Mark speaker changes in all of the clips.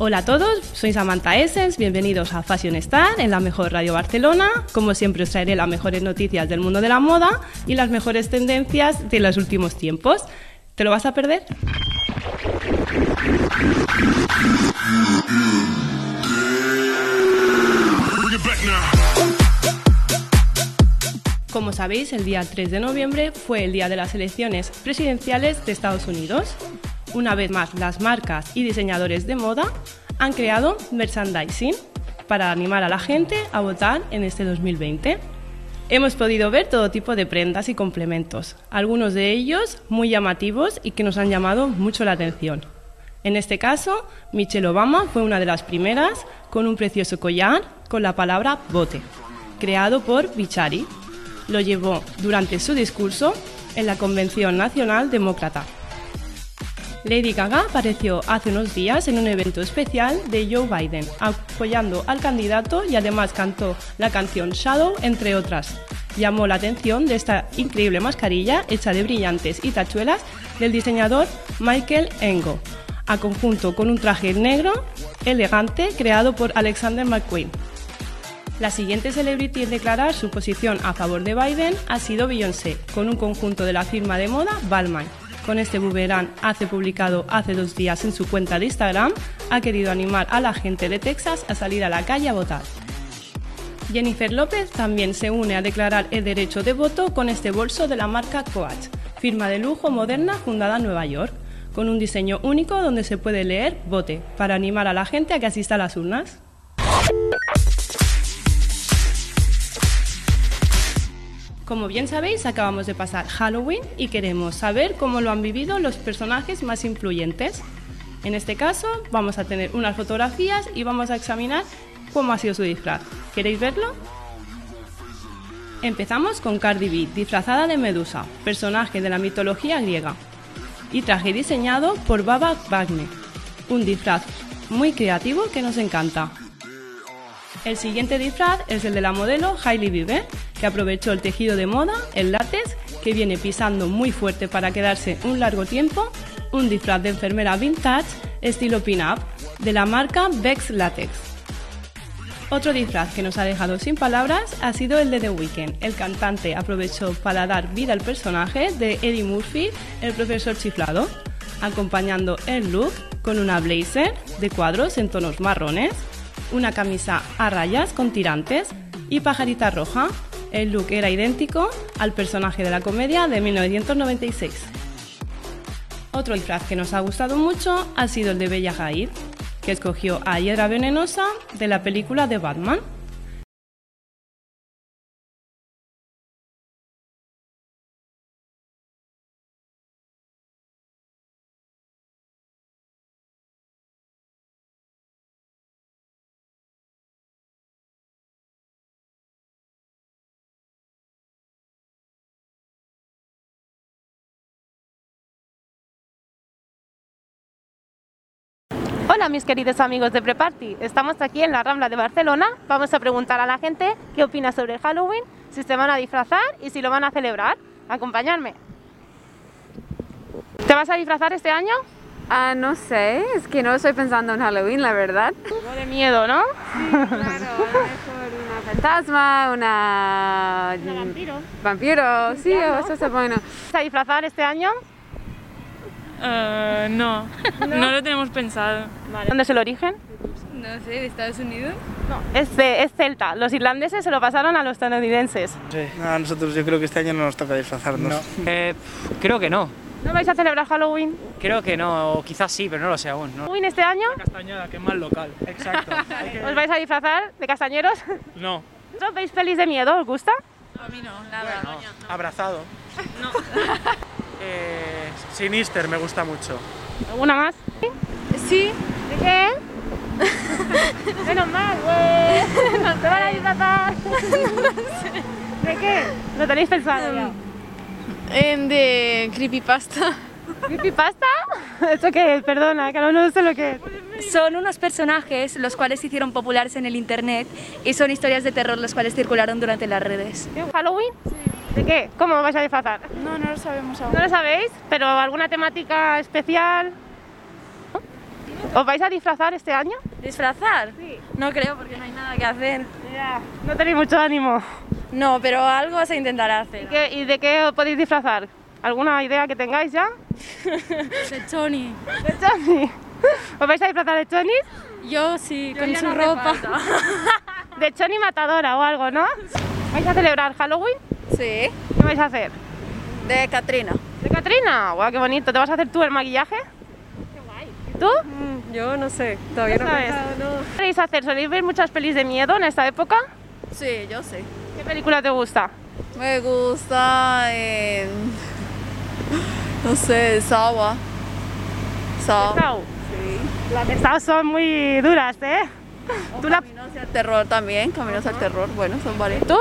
Speaker 1: Hola a todos, soy Samantha Essens, bienvenidos a Fashion Star en la mejor radio Barcelona. Como siempre os traeré las mejores noticias del mundo de la moda y las mejores tendencias de los últimos tiempos. ¿Te lo vas a perder? Como sabéis, el día 3 de noviembre fue el día de las elecciones presidenciales de Estados Unidos. Una vez más, las marcas y diseñadores de moda han creado merchandising para animar a la gente a votar en este 2020. Hemos podido ver todo tipo de prendas y complementos, algunos de ellos muy llamativos y que nos han llamado mucho la atención. En este caso, Michelle Obama fue una de las primeras con un precioso collar con la palabra bote, creado por Bichari. Lo llevó durante su discurso en la Convención Nacional Demócrata. Lady Gaga apareció hace unos días en un evento especial de Joe Biden, apoyando al candidato y además cantó la canción Shadow, entre otras. Llamó la atención de esta increíble mascarilla hecha de brillantes y tachuelas del diseñador Michael Engo, a conjunto con un traje negro elegante creado por Alexander McQueen. La siguiente celebrity en declarar su posición a favor de Biden ha sido Beyoncé, con un conjunto de la firma de moda Balmain con este boomerang hace publicado hace dos días en su cuenta de Instagram, ha querido animar a la gente de Texas a salir a la calle a votar. Jennifer López también se une a declarar el derecho de voto con este bolso de la marca Coach, firma de lujo moderna fundada en Nueva York, con un diseño único donde se puede leer Vote, para animar a la gente a que asista a las urnas. Como bien sabéis, acabamos de pasar Halloween y queremos saber cómo lo han vivido los personajes más influyentes. En este caso, vamos a tener unas fotografías y vamos a examinar cómo ha sido su disfraz. ¿Queréis verlo? Empezamos con Cardi B, disfrazada de Medusa, personaje de la mitología griega, y traje diseñado por Baba Wagner, un disfraz muy creativo que nos encanta. El siguiente disfraz es el de la modelo Hailey Bieber, que aprovechó el tejido de moda, el látex, que viene pisando muy fuerte para quedarse un largo tiempo, un disfraz de enfermera vintage estilo pin-up de la marca Vex Latex. Otro disfraz que nos ha dejado sin palabras ha sido el de The Weeknd. El cantante aprovechó para dar vida al personaje de Eddie Murphy, el profesor chiflado, acompañando el look con una blazer de cuadros en tonos marrones, una camisa a rayas con tirantes y pajarita roja. El look era idéntico al personaje de la comedia de 1996. Otro disfraz que nos ha gustado mucho ha sido el de Bella Hadid, que escogió a Hiedra Venenosa de la película de Batman. Hola mis queridos amigos de Preparty, estamos aquí en la Rambla de Barcelona, vamos a preguntar a la gente qué opina sobre el Halloween, si se van a disfrazar y si lo van a celebrar. Acompañarme. ¿Te vas a disfrazar este año?
Speaker 2: Ah, no sé, es que no estoy pensando en Halloween, la verdad.
Speaker 1: No de miedo, ¿no?
Speaker 2: Claro, una fantasma, una... vampiro. Vampiro, sí, eso está bueno.
Speaker 1: ¿Vas a disfrazar este año?
Speaker 3: Eh, no. no, lo tenemos pensado.
Speaker 1: ¿Dónde es el origen?
Speaker 4: No sé, de Estados Unidos.
Speaker 1: Es, de- es celta, los irlandeses se lo pasaron a los estadounidenses.
Speaker 5: No, nosotros yo creo que este año no nos toca disfrazarnos.
Speaker 6: Eh, pf, creo que no.
Speaker 1: ¿No vais a celebrar Halloween?
Speaker 6: Creo que no, o quizás sí, pero no lo sé aún. ¿no?
Speaker 1: ¿Halloween este año?
Speaker 6: Castañeda, que es más local. Exacto.
Speaker 1: ¿Os vais a disfrazar de castañeros?
Speaker 6: No.
Speaker 1: ¿Os veis feliz de miedo? ¿Os gusta?
Speaker 5: Abrazado. Eh, Sinister me gusta mucho.
Speaker 1: ¿Alguna más?
Speaker 4: Sí,
Speaker 1: ¿De qué? Menos mal, güey. Nos van a disfrazar. ¿De qué? ¿Lo tenéis pensado ya?
Speaker 4: em, de creepypasta.
Speaker 1: ¿Creepypasta? ¿Esto qué es? Perdona, que no, no sé lo que es.
Speaker 7: Son unos personajes los cuales se hicieron populares en el internet y son historias de terror las cuales circularon durante las redes.
Speaker 1: ¿Es ¿Halloween? ¿De qué? ¿Cómo lo vais a disfrazar?
Speaker 4: No, no lo sabemos
Speaker 1: ¿No lo sabéis? ¿Pero alguna temática especial?
Speaker 8: ¿Os vais a disfrazar este año?
Speaker 9: ¿Disfrazar? No creo porque no hay nada que hacer.
Speaker 8: No tenéis mucho ánimo.
Speaker 9: No, pero algo se intentará hacer.
Speaker 8: ¿Qué- ¿Y de qué os podéis disfrazar? ¿Alguna idea que tengáis ya?
Speaker 9: De Choni.
Speaker 8: ¿De choni? ¿Os vais a disfrazar de chonis?
Speaker 9: Yo sí, con su ropa.
Speaker 8: De choni matadora o algo, ¿no? ¿Vais a celebrar Halloween?
Speaker 9: Sí.
Speaker 8: ¿Qué vais a hacer?
Speaker 9: De Katrina.
Speaker 8: ¿De Catrina? ¡Guau, qué bonito! ¿Te vas a hacer tú el maquillaje? ¡Qué guay! ¿Tú?
Speaker 10: Yo no sé, todavía no
Speaker 8: sabes?
Speaker 10: no.
Speaker 8: ¿Qué queréis hacer? ¿Soléis ver muchas pelis de miedo en esta época?
Speaker 9: Sí, yo sí.
Speaker 8: ¿Qué película te gusta?
Speaker 9: Me gusta.
Speaker 7: eh,
Speaker 9: No sé, Sawa. Oh,
Speaker 8: Sau. Las de Sau son muy duras, ¿eh? ¿Tú la...
Speaker 9: Terror también, Caminos al Terror. Bueno, son varios.
Speaker 8: ¿Tú?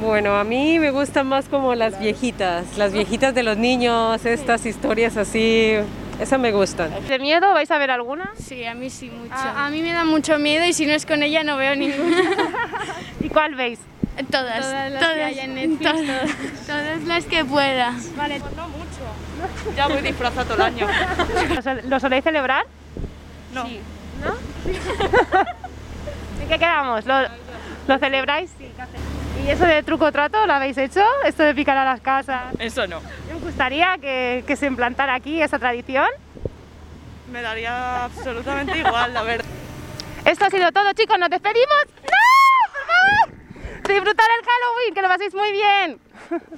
Speaker 10: Bueno, a mí me gustan más como las viejitas, las viejitas de los niños, estas historias así, esas me gustan.
Speaker 8: ¿De miedo vais a ver alguna?
Speaker 4: Sí, a mí sí, mucho.
Speaker 7: A, a mí me da mucho miedo y si no es con ella no veo ninguna.
Speaker 8: ¿Y cuál veis?
Speaker 7: Todas, todas, las que haya en Netflix, todas, todas las que pueda.
Speaker 8: ¿Lo, sol- lo soléis celebrar?
Speaker 3: No.
Speaker 8: ¿No? ¿En qué quedamos? ¿Lo, lo celebráis? Sí. ¿Y eso de truco o trato lo habéis hecho? ¿Esto de picar a las casas?
Speaker 3: Eso no.
Speaker 8: ¿Os gustaría que, que se implantara aquí esa tradición?
Speaker 3: Me daría absolutamente igual, la verdad.
Speaker 8: Esto ha sido todo, chicos. ¡Nos despedimos! ¡No! ¡Por favor! ¡Disfrutar el Halloween! ¡Que lo paséis muy bien!